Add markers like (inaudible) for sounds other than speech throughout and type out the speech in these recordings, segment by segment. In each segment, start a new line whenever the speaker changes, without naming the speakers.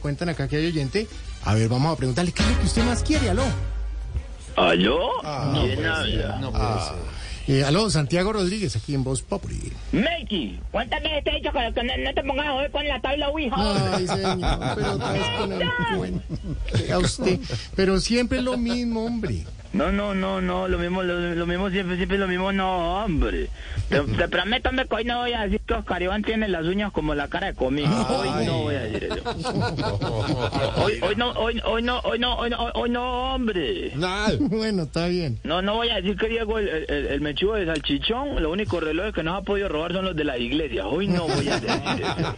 cuentan acá que hay oyente. A ver, vamos a preguntarle, ¿qué es lo que usted más quiere, aló?
¿Aló?
Ah,
¿Quién
pues,
habla?
No puede ser.
Eh, aló, Santiago Rodríguez, aquí en Voz Populi.
Meki, ¿cuántas veces te he dicho que que no, no te pongas a joder con la tabla Ouija?
Ay, señor, pero otra vez con el cuento. Oiga usted, pero siempre lo mismo, hombre.
No, no, no, no, lo mismo, lo, lo mismo siempre, siempre lo mismo, no, hombre. Te, te prometo hombre, que hoy no voy a decir que Oscar Iván tiene las uñas como la cara de comigo. Hoy no voy a decir eso.
(laughs)
Hoy, hoy no, hoy, hoy no, hoy no, hoy no, hoy no, hombre.
Nada.
Bueno, está bien.
No, no voy a decir que Diego, el, el, el mechudo de salchichón, los únicos relojes que nos ha podido robar son los de la iglesia. Hoy no voy a decir eso.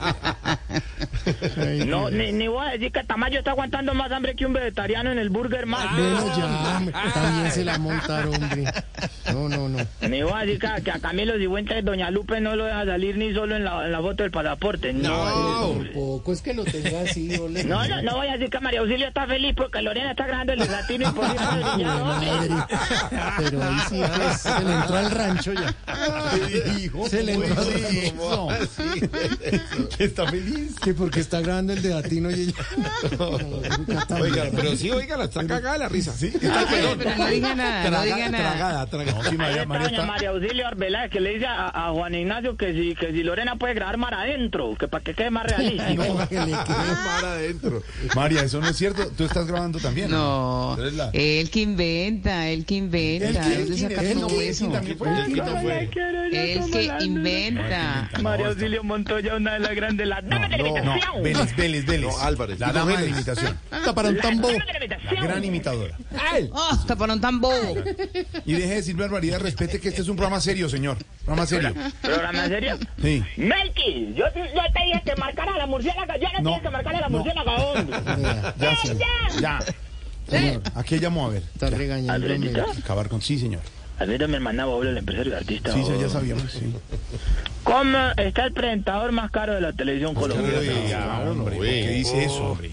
Ay,
No,
(laughs)
Dios.
ni, ni voy a decir que Tamayo está aguantando más hambre que un vegetariano en el Burger Max.
Ah.
Bueno, ya, hombre, también se la montaron, hombre. No, no, no.
Me iba a decir que a, que a Camilo Cifuentes Doña Lupe no lo deja salir ni solo en la, en la foto del pasaporte. No.
No.
Tampoco es que lo tenga así, ole.
No, no, no voy a decir que María Auxilio está feliz porque Lorena está grabando el latino y por eso
Ay,
(laughs)
no,
jue madre. Pero ahí sí, pues, se le entró al rancho ya. se le entró al rancho.
Está feliz.
Que porque está grabando el de Latino y ella. No,
Oiga, pero sí, oiga, la está cagada la risa. Sí,
Pero no diga nada, no diga nada.
Tragada, tragada. Sí,
Ahí está doña María Auxilio Arbeláez que le dice a, a Juan Ignacio que si, que si Lorena puede grabar mar adentro, que para que quede más
(laughs)
realístico.
no, que le creo.
Ah.
para adentro. María, eso no es cierto. Tú estás grabando también.
No,
Tú eres la-
él que inventa, él que inventa,
Él que-
él que saca
él
todo
que-
eso.
también fue.
Él que
no fue.
Él que inventa.
María Auxilio Montoya, una de las grandes, la dama de la
No, no,
imitación.
Vélez, Vélez, Vélez.
No, Álvarez.
La dama de la imitación.
Está para un
La dama
tambo.
de la imitación.
Gran imitadora.
¡Oh, está para un tambor!
Y deje de decir barbaridad, respete que este es un programa serio, señor. Programa serio.
¿Programa serio?
Sí.
Melky, yo, yo te dije que marcara a la murciélaga, yo no,
No,
tienes que marcarle a la
no.
murciélaga,
(laughs)
hombre.
Ya, señor. Ya. Señor, ¿a qué llamó a ver?
Está regañando.
¿Andresita?
hombre.
Acabar con sí, señor.
Admítame, hermana Boble, el empresario y artista.
Sí, ya,
oh.
ya sabíamos, sí.
¿Cómo está el presentador más caro de la televisión colombiana?
Uy, ya, hombre, ¿por qué dice eso, hombre?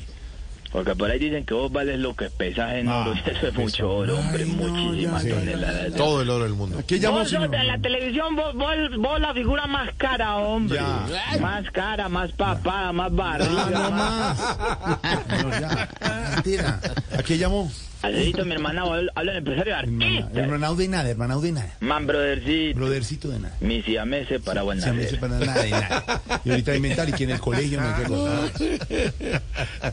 Porque por ahí dicen que vos vales lo que pesas en
Ah,
oro. y Eso es
peso.
mucho oro, hombre,
Ay, no,
muchísimas
ya, ya,
toneladas. de-
Todo el oro del mundo.
¿A qué llamó,
Vos sos
señor?
de la televisión, vos, vos, vos la figura más cara, hombre.
Ya.
Más cara, más papada, más barriga.
Ah, no más. Señor, ya. Mentira. ¿A qué llamó?
Alfredito, mi hermana, Boble, habla el empresario y
Hermana-
artista.
Hermanado de nada, hermanado de nada.
Man, brothercito.
Brodercito de nada.
Mis siameses para Buenas
Se me hace para nada de nada. Y ahorita inventar y que en el colegio me acuerdo.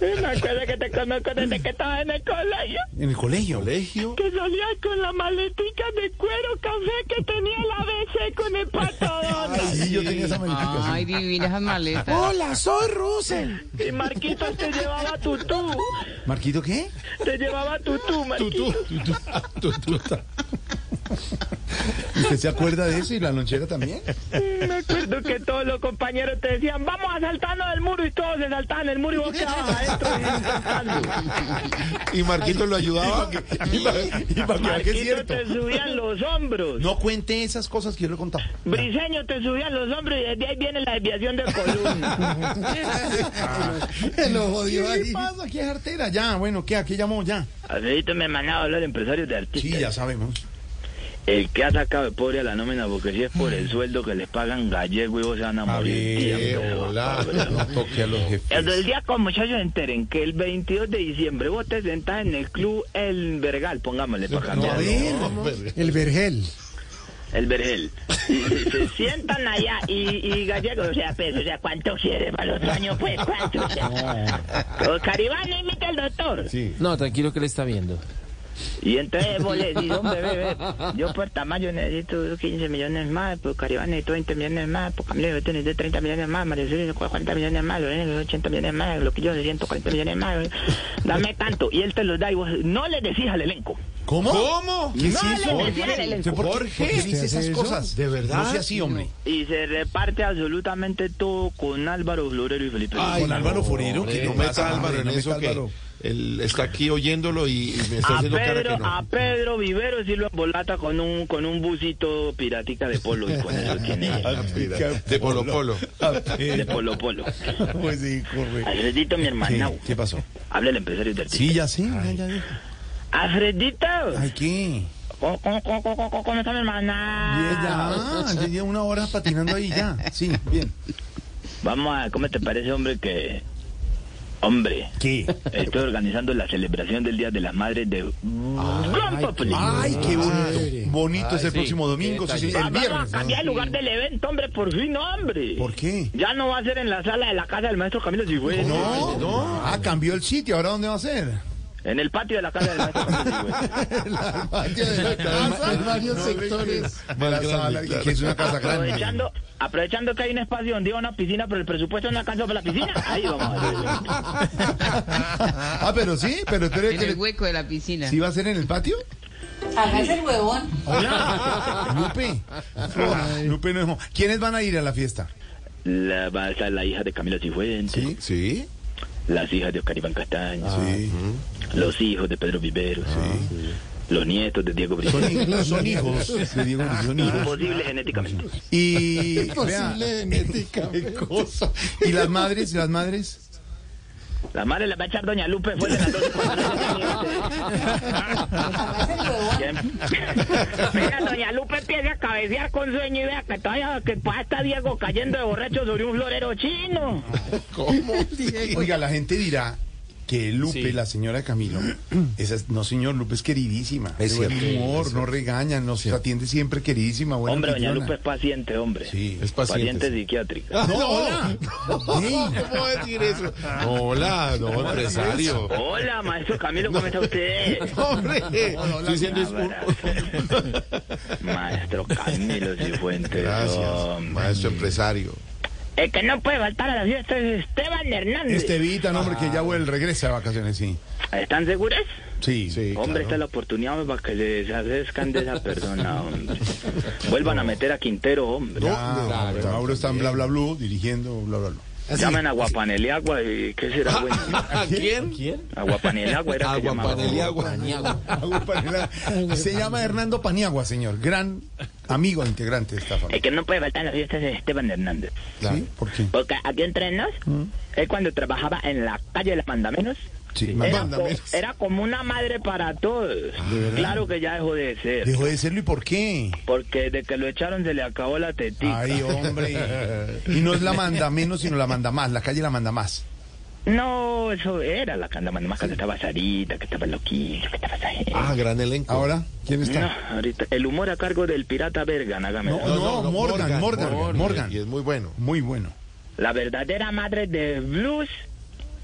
Me acuerdo que te conozco desde que estaba en el colegio.
En el colegio.
Colegio.
Que salías con la maletica de cuero café que tenía el ABC con el patadón.
(laughs) Sí, yo tenía esa malitica.
Ay,
sí.
divinas esas maletas.
Y Marquitos te llevaba tutú.
¿Marquito qué?
Te llevaba tutú, Marquitos.
¿Usted se acuerda de eso y la lonchera también?
Me acuerdo que todos los compañeros te decían, vamos a saltarnos del muro. Y todos se saltaban del muro y vos quedabas adentro.
Y Marquito lo
(laughs)
ayudaba.
Y para que vea que es
Marquitos
cierto.
te subían los hombros.
No cuente esas cosas que yo le he contado.
Briseño te subían los hombros y desde ahí viene la desviación de columna.
Lo jodió
¿Qué
ahí.
pasa? ¿Qué es artera? Ya, bueno, ¿qué? ¿A qué llamó? Ya.
Alfredito me manaba a hablar de empresarios de artistas.
Sí, ya sabemos.
El que ha sacado de pobre a la nómina, porque si es por el sueldo que les pagan gallego y vos se van a
A
morir. tío,
ver,
pero-
Ah, hola. No toque a los
El del
jefes.
día con muchachos se enteren que el 22 de diciembre vos te sentás en el club El Vergal, pongámosle para cambiar.
El vergel.
El Vergel. Y, se- se sientan allá y, y gallego, o sea, pues, o sea, ¿cuánto quiere para el otro año? Pues, ¿cuánto? O sea, Caribán no imita al doctor.
No, tranquilo que le está viendo.
Y entonces vos le decís, hombre, ve, ve, yo por tamaño necesito 15 millones más, por Caribán necesito 20 millones más, por Camilo yo necesito 30 millones más, Mario Silvio 40 millones más, Lorenzo 80 millones más, lo que yo 140 millones más, ¿eh? dame tanto. Y él te los da y vos no le decís al elenco.
¿Cómo?
¿Cómo?
¿Qué es
No le
eso?
metí al elenco.
¿Usted ¿Por qué, por qué
¿Usted
dice
hace
esas
eso?
cosas?
¿De verdad?
No sea así, hombre.
Y se reparte absolutamente todo con Álvaro Florero y Felipe.
Ay, con Álvaro Forero.
Que
¿qué
no
le
meta
pasa,
a Álvaro
hombre?
en
No meta
eso
a
que
Álvaro.
él está aquí oyéndolo y, y me está
A
haciendo cara que
Pedro, a
no.
Pedro Vivero sí lo embolata con un con un busito piratica de polo y con eso tiene
Ah, mira, De Polo Polo.
de polo polo.
Pues sí, correcto.
Alfredito mi hermano,
¿Qué pasó?
habla el empresario del
Sí, ya sé. ya, ya dijo.
Alfredito,
Ay, ¿qué?
¿cómo, cómo, cómo, cómo, cómo- cómo está mi
Bien,
hermana?
ya. ya llevo una hora patinando ahí, ya. Sí, bien.
Vamos a, ¿cómo te parece, hombre, que Hombre,
¿Qué?
estoy organizando la celebración del Día de las Madres de Gran Populi.
Ay, qué
Chévere.
bonito. Bonito es el
sí.
próximo domingo,
Qué
sí, sí,
detalle.
el
Vamos
viernes.
a cambiar el lugar del evento, hombre, por fin, hombre.
¿Por qué?
Ya no va a ser en la sala de la casa del maestro Camilo Sigüenza.
No, no. Ah, cambió el sitio. ¿Ahora dónde va a ser?
En el patio de la casa del
(laughs)
maestro Camilo Sigüenza.
En varios sectores.
La sala, y que es una casa grande.
Aprovechando, aprovechando que hay un espacio donde iba una piscina, pero el presupuesto no alcanzó para la piscina, ahí vamos a hacer el evento.
ah, pero sí, pero espere
En
que
el hueco de la piscina.
¿Sí va a ser en el patio?
Hágase el huevón.
Hola, Lupe. Lupe no es mo- ¿Quiénes van a ir a la fiesta?
La, va a estar la hija de Camilo Cifuentes,
Sí. Ah,
las hijas de Oscar Iván Castaño,
Sí.
los hijos de Pedro Viveros, los nietos de Diego
Ah,
Son,
Brizuela.
hij- son hijos de Diego Luis, son hijos.
Imposible genéticamente.
Y, vea,
Posible genética.
qué cosa. ¿Y las madres? ¿Las madres?
La madre la va a echar Doña Lupe fue de las dos.
Hágase el huevón.
Mira, Doña Lupe empieza a cabecear con sueño y vea que todavía que pues, está Diego cayendo de borracho sobre un florero chino.
Oiga, la gente dirá que Lupe,
Sí.
la señora Camilo, esa es- no señor, Lupe es queridísima.
Es
buen
cierto.
humor, no regaña, nos atiende siempre queridísima. Buena
hombre, Doña
anfitriona.
Lupe es paciente, hombre.
Sí.
Es
Paciente
paciente.
psiquiátrica.
No, hola. Ey,
¿Cómo va a decir eso? Hola, no, empresario.
Hola, maestro Camilo, ¿cómo está usted?
Hombre, estoy diciendo es un...
Maestro Camilo Cifuentes.
Gracias,
hombre.
maestro empresario.
El que no puede faltar a la fiesta es Esteban Hernández.
Estevita, no, hombre, que ya vuelve, regresa de vacaciones, sí.
¿Están seguros?
Sí, sí.
Hombre, esta es la oportunidad para que les agradezcan de esa persona, hombre. Vuelvan a meter a Quintero, hombre.
Mauro está en bla bla bla dirigiendo bla bla bla.
Llamen a Guapaneliagua y qué será
Ah.
bueno.
¿A quién? ¿Quién?
A Guapaneliagua era que llamaba.
Aguapaneliagua.
Mauro Paniagua. Se llama Hernando Paniagua, señor. Gran amigo integrante de esta
El
familia.
que no puede faltar en las fiestas es Esteban Hernández.
¿Sí? ¿Por qué?
Porque aquí entre nos,
Mm.
él cuando trabajaba en la calle de los mandamenos,
Sí, Ah,
era,
manda
co-
menos.
era como una madre para todos. Claro que ya dejó de ser.
Dejó de serlo y por qué.
Porque de que lo echaron se le acabó la tetita.
Ay, hombre. Y no es la manda menos, sino la manda más. La calle la manda más.
No, eso era la que andaba más que estaba Sarita, que estaba Loquillo, que estaba esa gente.
Ah, gran elenco.
Ahora, ¿quién está?
No, Ah, ahorita, el humor a cargo del pirata Bergan, hágame.
No, no, Morgan, Morgan, Morgan.
Y es muy bueno.
Muy bueno.
La verdadera madre de blues,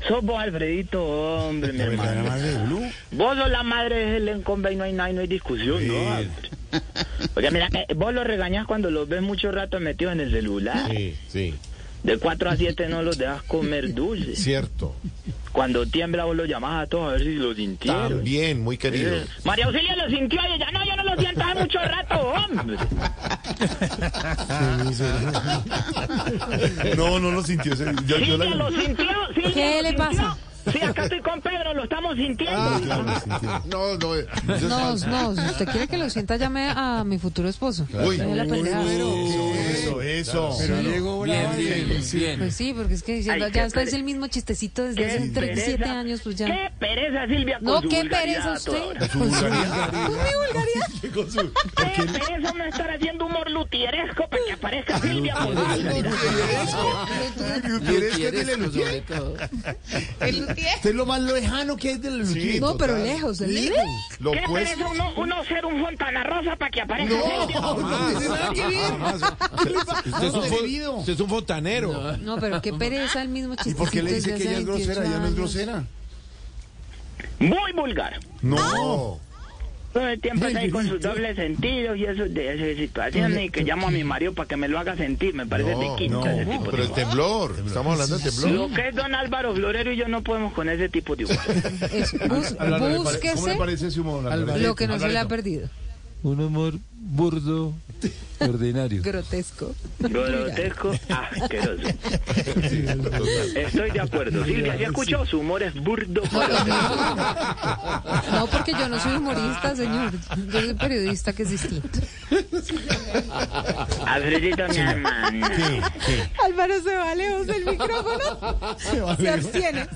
sos vos, Alfredito, hombre, mi hermano. Vos sos la madre del encombe y no hay, nada, no hay discusión, ¿no? Alfred? Oiga, mira, que vos los regañás cuando los ves mucho rato metidos en el celular.
Sí, sí.
De 4 a 7 no los dejas
(laughs)
comer dulces.
Cierto.
Cuando tiembla vos los llamás a todos a ver si los sintieron.
También, muy
(laughs)
querido.
Eh, María Auxilia lo sintió y ella, no, yo no lo siento hace mucho rato, hombre.
No, no lo sintió. ese- Yo, yo
Silvia
la-
lo sintió, Silvia
¿Qué
lo
le
sintió.
pasa?
Sí, acá estoy con Pedro, lo estamos sintiendo.
Ah,
yo lo sintió.
No, no. eh,
No, no, si usted quiere que lo sienta, llame a mi futuro esposo.
Uy.
Vaya la pelea.
Eso, eso.
Pero llegó bravo.
Bien, bien.
Pues sí, porque es que
Ay,
ya,
qué
ya está es pues
pere-
el mismo chistecito desde
Qué
hace 37
pereza.
años, pues ya.
Qué pereza, Silvia. con
No,
su
qué
vulgaridad
pereza
a toda
usted.
hora.
Pues
Su vulgaridad.
Con mi vulgaridad.
Con su-
Qué pereza no estar haciendo humor luthieresco para que aparezca Silvia con su vulgaridad.
¿Quieres que te le
Pues sobre todo.
El pie.
Usted es lo más lejano que es del Lutier.
No, pero lejos, lejos.
Lo pues,
Qué
opuesto.
pereza uno, uno ser un Fontana Rosa para que aparezca Silvia.
Usted es un fo-
querido.
usted es un fontanero.
No, pero qué pereza el mismo
¿Y
chistecito.
por qué le dice
desde
que ella
hace
es grosera?
28
Ella no es
años?
grosera. Ah.
Muy vulgar.
No.
Todo el tiempo está ahí con sus dobles sentidos y eso de esas situaciones y que llamo a mi marido para que me lo haga sentir, me parece de quinta ese tipo de
pero el
humor.
temblor. Estamos hablando de
Lo
temblor.
que es don Álvaro Florero y yo no podemos con ese tipo de humor.
Es- bus-
Álvaro, ¿le pare- ¿Cómo le
búsquese
parece su humor? Álvaro?
lo que no se le ha perdido.
Un humor burdo, ordinario.
Grotesco.
Grotesco,
(laughs)
asqueroso. Estoy de acuerdo. Silvia, ¿ya escuchó? Su humor es burdo.
No, porque yo no soy humorista, señor. Yo soy periodista, que es distinto.
Alfredito, mi hermano.
Álvaro se va lejos del micrófono. Se abstiene.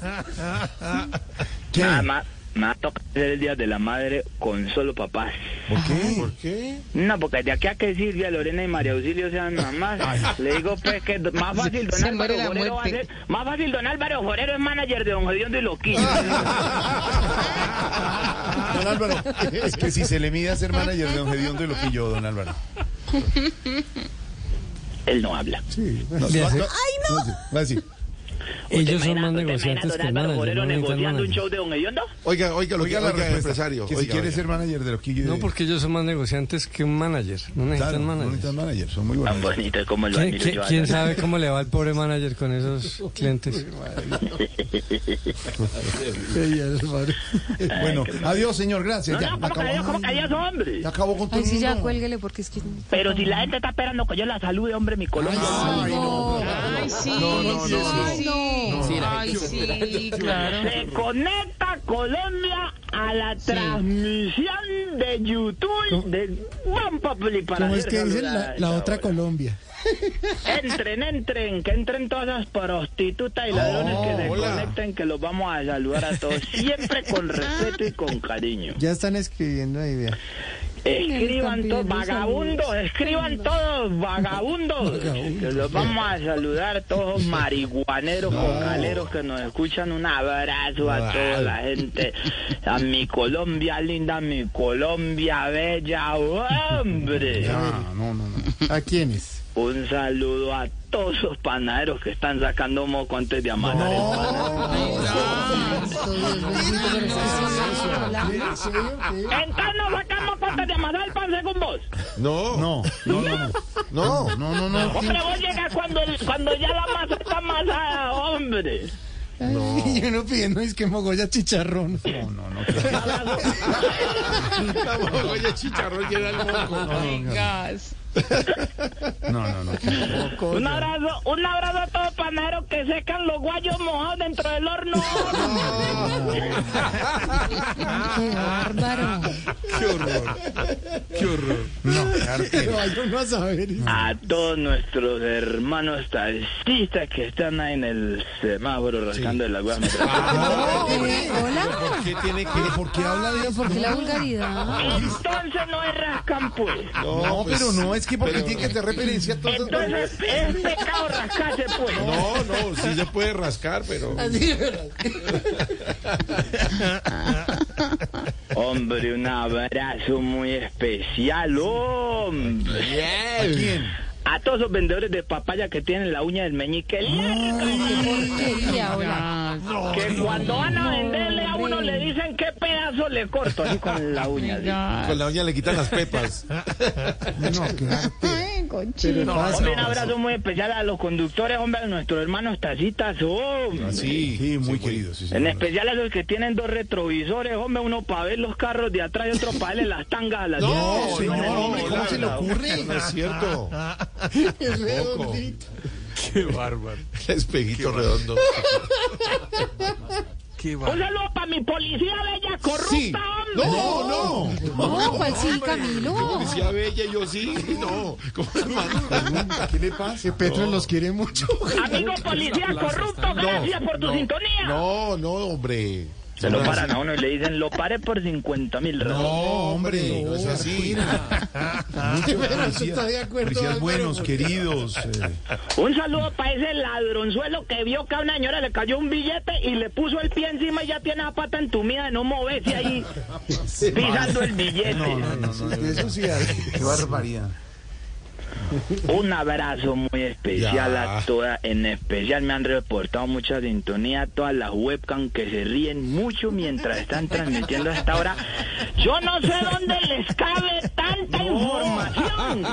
Ah, ma- Me ha tocado hacer el Día de la Madre con solo papás.
¿Por qué?
¿Por qué?
No, porque de aquí a que Silvia, Lorena y María Auxilio sean mamás, le digo pues que do- más fácil don
Se
Álvaro
muere la
Forero va a
muerte.
ser, más fácil don Álvaro Forero es manager de Don Gediondo y Loquillo.
Ah.
Don Álvaro, es que si se le mide a ser manager de Don Gediondo y lo que yo, don Álvaro.
Él no habla.
Sí. ¡Ay, no! Va a decir,
Ellos son más
¿Usted imagina- usted
negociantes que
imagina a Don
el
Álvaro
manager.
Forero
No, necesitan
negociando un show
manager.
de Don Gediondo?
Oiga, oiga, lo que
oiga la
oiga,
respuesta,
empresario.
Que si
oiga,
quiere
oiga.
ser manager de Loquillo. y
no,
de-
porque ellos son más negociantes que un manager. No necesitan
Claro, no
manager.
necesitan manager, son muy buenos.
Tan bonito como lo
¿Quién,
admiro
quién-
yo a
quién
Don-
sabe cómo le va al pobre manager con esos clientes?
Eh, Bueno, adiós, señor, gracias.
eh, No, no, ¿cómo
Ya,
que
acabó,
adiós? ¿Cómo que adiós, hombre?
ya acabó con todo
Ay,
el
sí, ya
mundo.
cuélguele porque es que.
Pero si la gente está esperando que yo la salude, hombre,
Ah,
mi Colombia.
Ay, no,
Ay, sí,
No, no,
sí,
no,
sí, sí. Ay, sí,
(laughs)
claro.
Se conecta Colombia a la transmisión de YouTube de Juan Populi para
¿Cómo es
ser
que dicen
saludada
la,
a
la
esta
otra
hora.
Colombia?
Entren, entren, que entren todas las prostitutas y ladrones que
Oh,
se
hola.
conecten, que los vamos a saludar a todos, siempre
(laughs)
con respeto y con cariño.
Ya están escribiendo ahí, vea.
Escriban
están
todos,
pidiendo
vagabundos,
saludos.
escriban todos, vagabundos. Que los vamos a saludar todos, marihuaneros, cocaleros que nos escuchan. Un abrazo a toda la gente. A mi Colombia linda, mi Colombia bella, hombre.
Ah, no, no, no.
¿A quiénes?
Un saludo a todos los panaderos que están sacando moco antes de amanecer. Entonces no sacamos antes de amanecer el pan según vos.
No,
No, no, no, no.
no.
No, no, no.
Hombre, vos llegas cuando, cuando ya la masa está amasada, hombre.
(laughs) Y uno pidiendo es que mogolla (laughs) chicharrón.
No, no, no.
(laughs) Oye, chicharrón, que era el moco.
Gas.
No, no, no.
Un abrazo, un abrazo a todos los panaderos que secan los guayos mojados dentro del horno.
Qué bárbaro.
Qué horror. Qué horror.
No, claro que no.
Ay, no a saber.
(laughs) A todos nuestros hermanos taxistas que están ahí en el semáforo rascando el
(laughs)
agua.
Ah.
Eh, Hola.
¿Qué tiene que.?
¿Pero por qué habla de eso?
¿Por qué la vulgaridad?
Entonces no es rascan, pues.
No,
pues,
pero no, es que porque
pero-
tiene que hacer referencia a todo.
Entonces es pecado rascarse, pues.
No, no, sí se puede rascar, (laughs) pero.
Hombre, un abrazo muy especial, hombre.
¿A quién?
A todos los vendedores de papaya que tienen la uña del meñique larga,
Porquería, hola.
Ah,
que cuando van a venderle a uno le dicen qué pedazo le corto así con la uña. así.
Con la uña le quitan las pepas.
No, claro.
Ay, cochino.
Hombre, un abrazo muy especial a los conductores, hombre, a nuestros hermanos tacitas, hombre.
Ah, Sí,
Sí, muy
sí,
querido. Sí, sí,
En este-
no.
especial a los que tienen dos retrovisores, hombre, uno para ver los carros de atrás y otro para verle las tangas a las
No,
de-
señor, hombre, ¿cómo
la-
se le
la-
ocurre? No es cierto. (laughs) Tampoco. Qué bárbaro. Espejito redondo.
Un saludo para mi policía bella corrupta,
Sí.
hombre.
No, no.
No, ¿cuál sí, Camilo?
Decía Bella, yo sí. (laughs) No. ¿Cómo la (laughs) manda?
¿Qué le pasa? Que Petro los quiere mucho.
Amigo policía corrupto, gracias por tu sintonía.
No, no, hombre.
Se lo paran a uno y le dicen, lo paré por 50 mil
No,
reales.
hombre, no es así.
está de acuerdo.
Policías buenos, queridos. eh.
Un saludo para ese ladronzuelo que vio que a una señora le cayó un billete y le puso el pie encima y ya tiene la pata entumida de no moverse ahí pisando el billete.
Eso sí hay.
Qué barbaridad.
Un abrazo muy especial
Ya.
a todas, en especial me han reportado mucha sintonía a todas las webcam que se ríen mucho mientras están transmitiendo hasta ahora. Yo no sé dónde les cabe tanta información.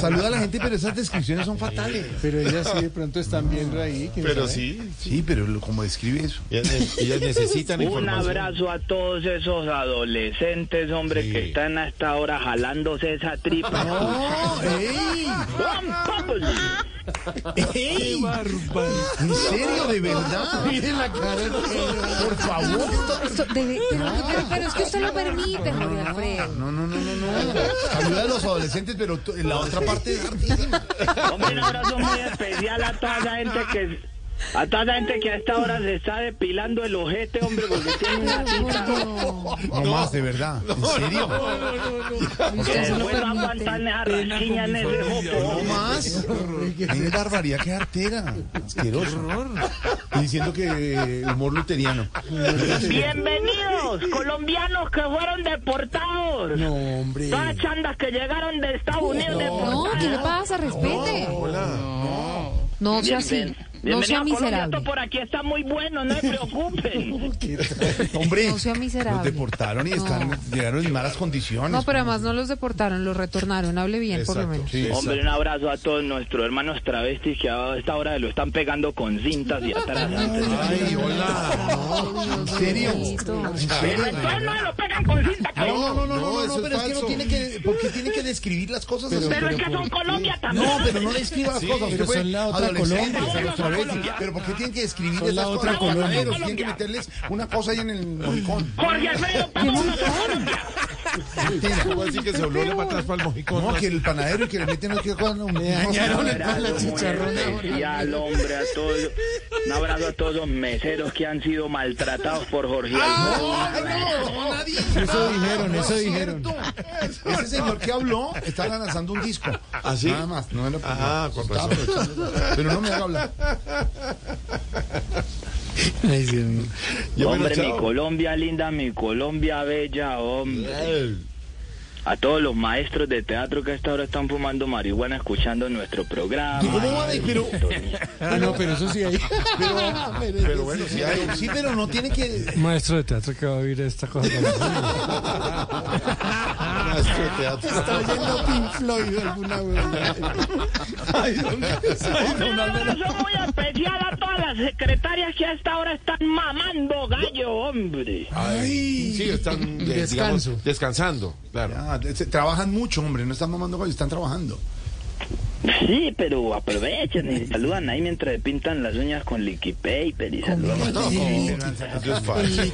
Saluda a la gente, pero esas descripciones son fatales.
Pero ellas sí de pronto están viendo ahí. ¿quién
Pero
sabe?
eh. sí.
Sí, pero lo- como describe eso.
Ellas, ne- ellas necesitan
Un
información.
abrazo a todos esos adolescentes, hombre,
Sí.
que están hasta ahora jalándose esa tripa.
¡No! ¡Ey!
Juan Populi.
¡Ey! ¿En serio? ¿De verdad? Miren la cara. Por favor.
Esto debe- pero, pero- pero es que usted lo permite, Jorge Alfredo.
No, no, no, no, no. Saluda a los adolescentes, pero t- en la otra parte es hartísima.
Hombre, un abrazo muy especial a toda esa gente que A toda la gente que a esta hora se está depilando el ojete, hombre, porque tiene una cita.
No, más, de verdad. ¿En serio?
Que
Eso no
después no
permite.
aguantan esa rasquiña en ese jopo.
No más. Qué barbaridad, qué artera. Asqueroso. Y diciendo que eh, humor luteriano.
Bienvenidos, colombianos que fueron deportados.
No, hombre.
Todas chandas que llegaron de Estados Unidos
No,
deportadas.
¿qué le pasa? Respete. No sea así. No
Bienvenido a
sea
Colombia,
miserable.
esto por aquí está muy bueno, no se
(laughs)
preocupen.
Hombre.
No sea
Los
miserable.
deportaron y están, llegaron en malas condiciones.
No, pero además no los deportaron, los retornaron. Hable bien, por lo menos.
Sí,
Hombre, un abrazo a todos nuestros hermanos travestis que a esta hora lo están pegando con cintas
(laughs)
y atarazantes.
Ay, hola.
¿En
serio?
Entonces no se lo pegan con cinta,
No,
con-
no, no, no, no,
No, eso es
pero es que no
falso.
tiene que, porque tiene que describir las cosas. así.
Pero es que son Colombia también.
no, pero no describa las cosas.
pero
usted fue
son la otra
adolescente,
Colombia.
a los travestis. Pero ¿por qué tienen que describir esas
la
cosas?
otra
Los
Colombia.
panaderos Tienen que meterles una cosa ahí en el moncón.
Jorge Alfredo, ¿cómo (laughs) no son Colombia?
No,
Así que se habló la patas para el mojicón.
que el panadero y que le meten otra cosa. no, no,
dañaron el-
Abrazo
la chicharrona
muy especial, hombre, a todos. Un abrazo a todos los meseros que han sido maltratados por Jorge
Ah.
Alfredo.
Eso dijeron, eso dijeron.
Ese señor que habló está lanzando un disco.
¿Así?
Nada más. No era
Ah, con
Estaba
razón.
aprovechando. Pero no me haga hablar.
Ay, Dios mío.
Ya, bueno,
hombre, mi
chao.
Colombia linda, mi Colombia bella, hombre.
Ay,
A todos los maestros de teatro que a esta hora están fumando marihuana escuchando nuestro programa.
¿Cómo va a decir? Pero-
Ah, no, pero eso sí (laughs) hay.
Pero bueno, sí hay.
Sí, pero no tiene que
(laughs) Maestro de teatro que va a oír esta cosa.
(laughs)
Maestro de teatro.
Está oyendo Pink Floyd alguna vez.
(laughs)
Un abrazo muy especial a todas las secretarias que a esta hora están mamando gallo, hombre.
Ay, sí, están de-
Descanso.
digamos, descansando, claro.
Ah, se- trabajan mucho, hombre, no están mamando gallo, están trabajando.
Sí, pero aprovechen y saludan ahí mientras pintan las uñas con liqui paper y saludan.
Eso es fácil.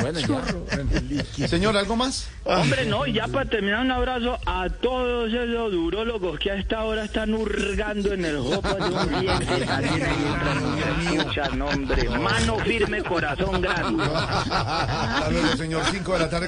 Bueno, ya. Bueno. Señor, ¿algo más?
Hombre, no, y ya para terminar, un abrazo a todos esos urólogos que a esta hora están hurgando en el jopo de un (laughs) diente. También ahí entran y
(laughs)
escuchan, hombre. Mano firme, corazón grande.
Hasta luego, señor. Cinco de la tarde.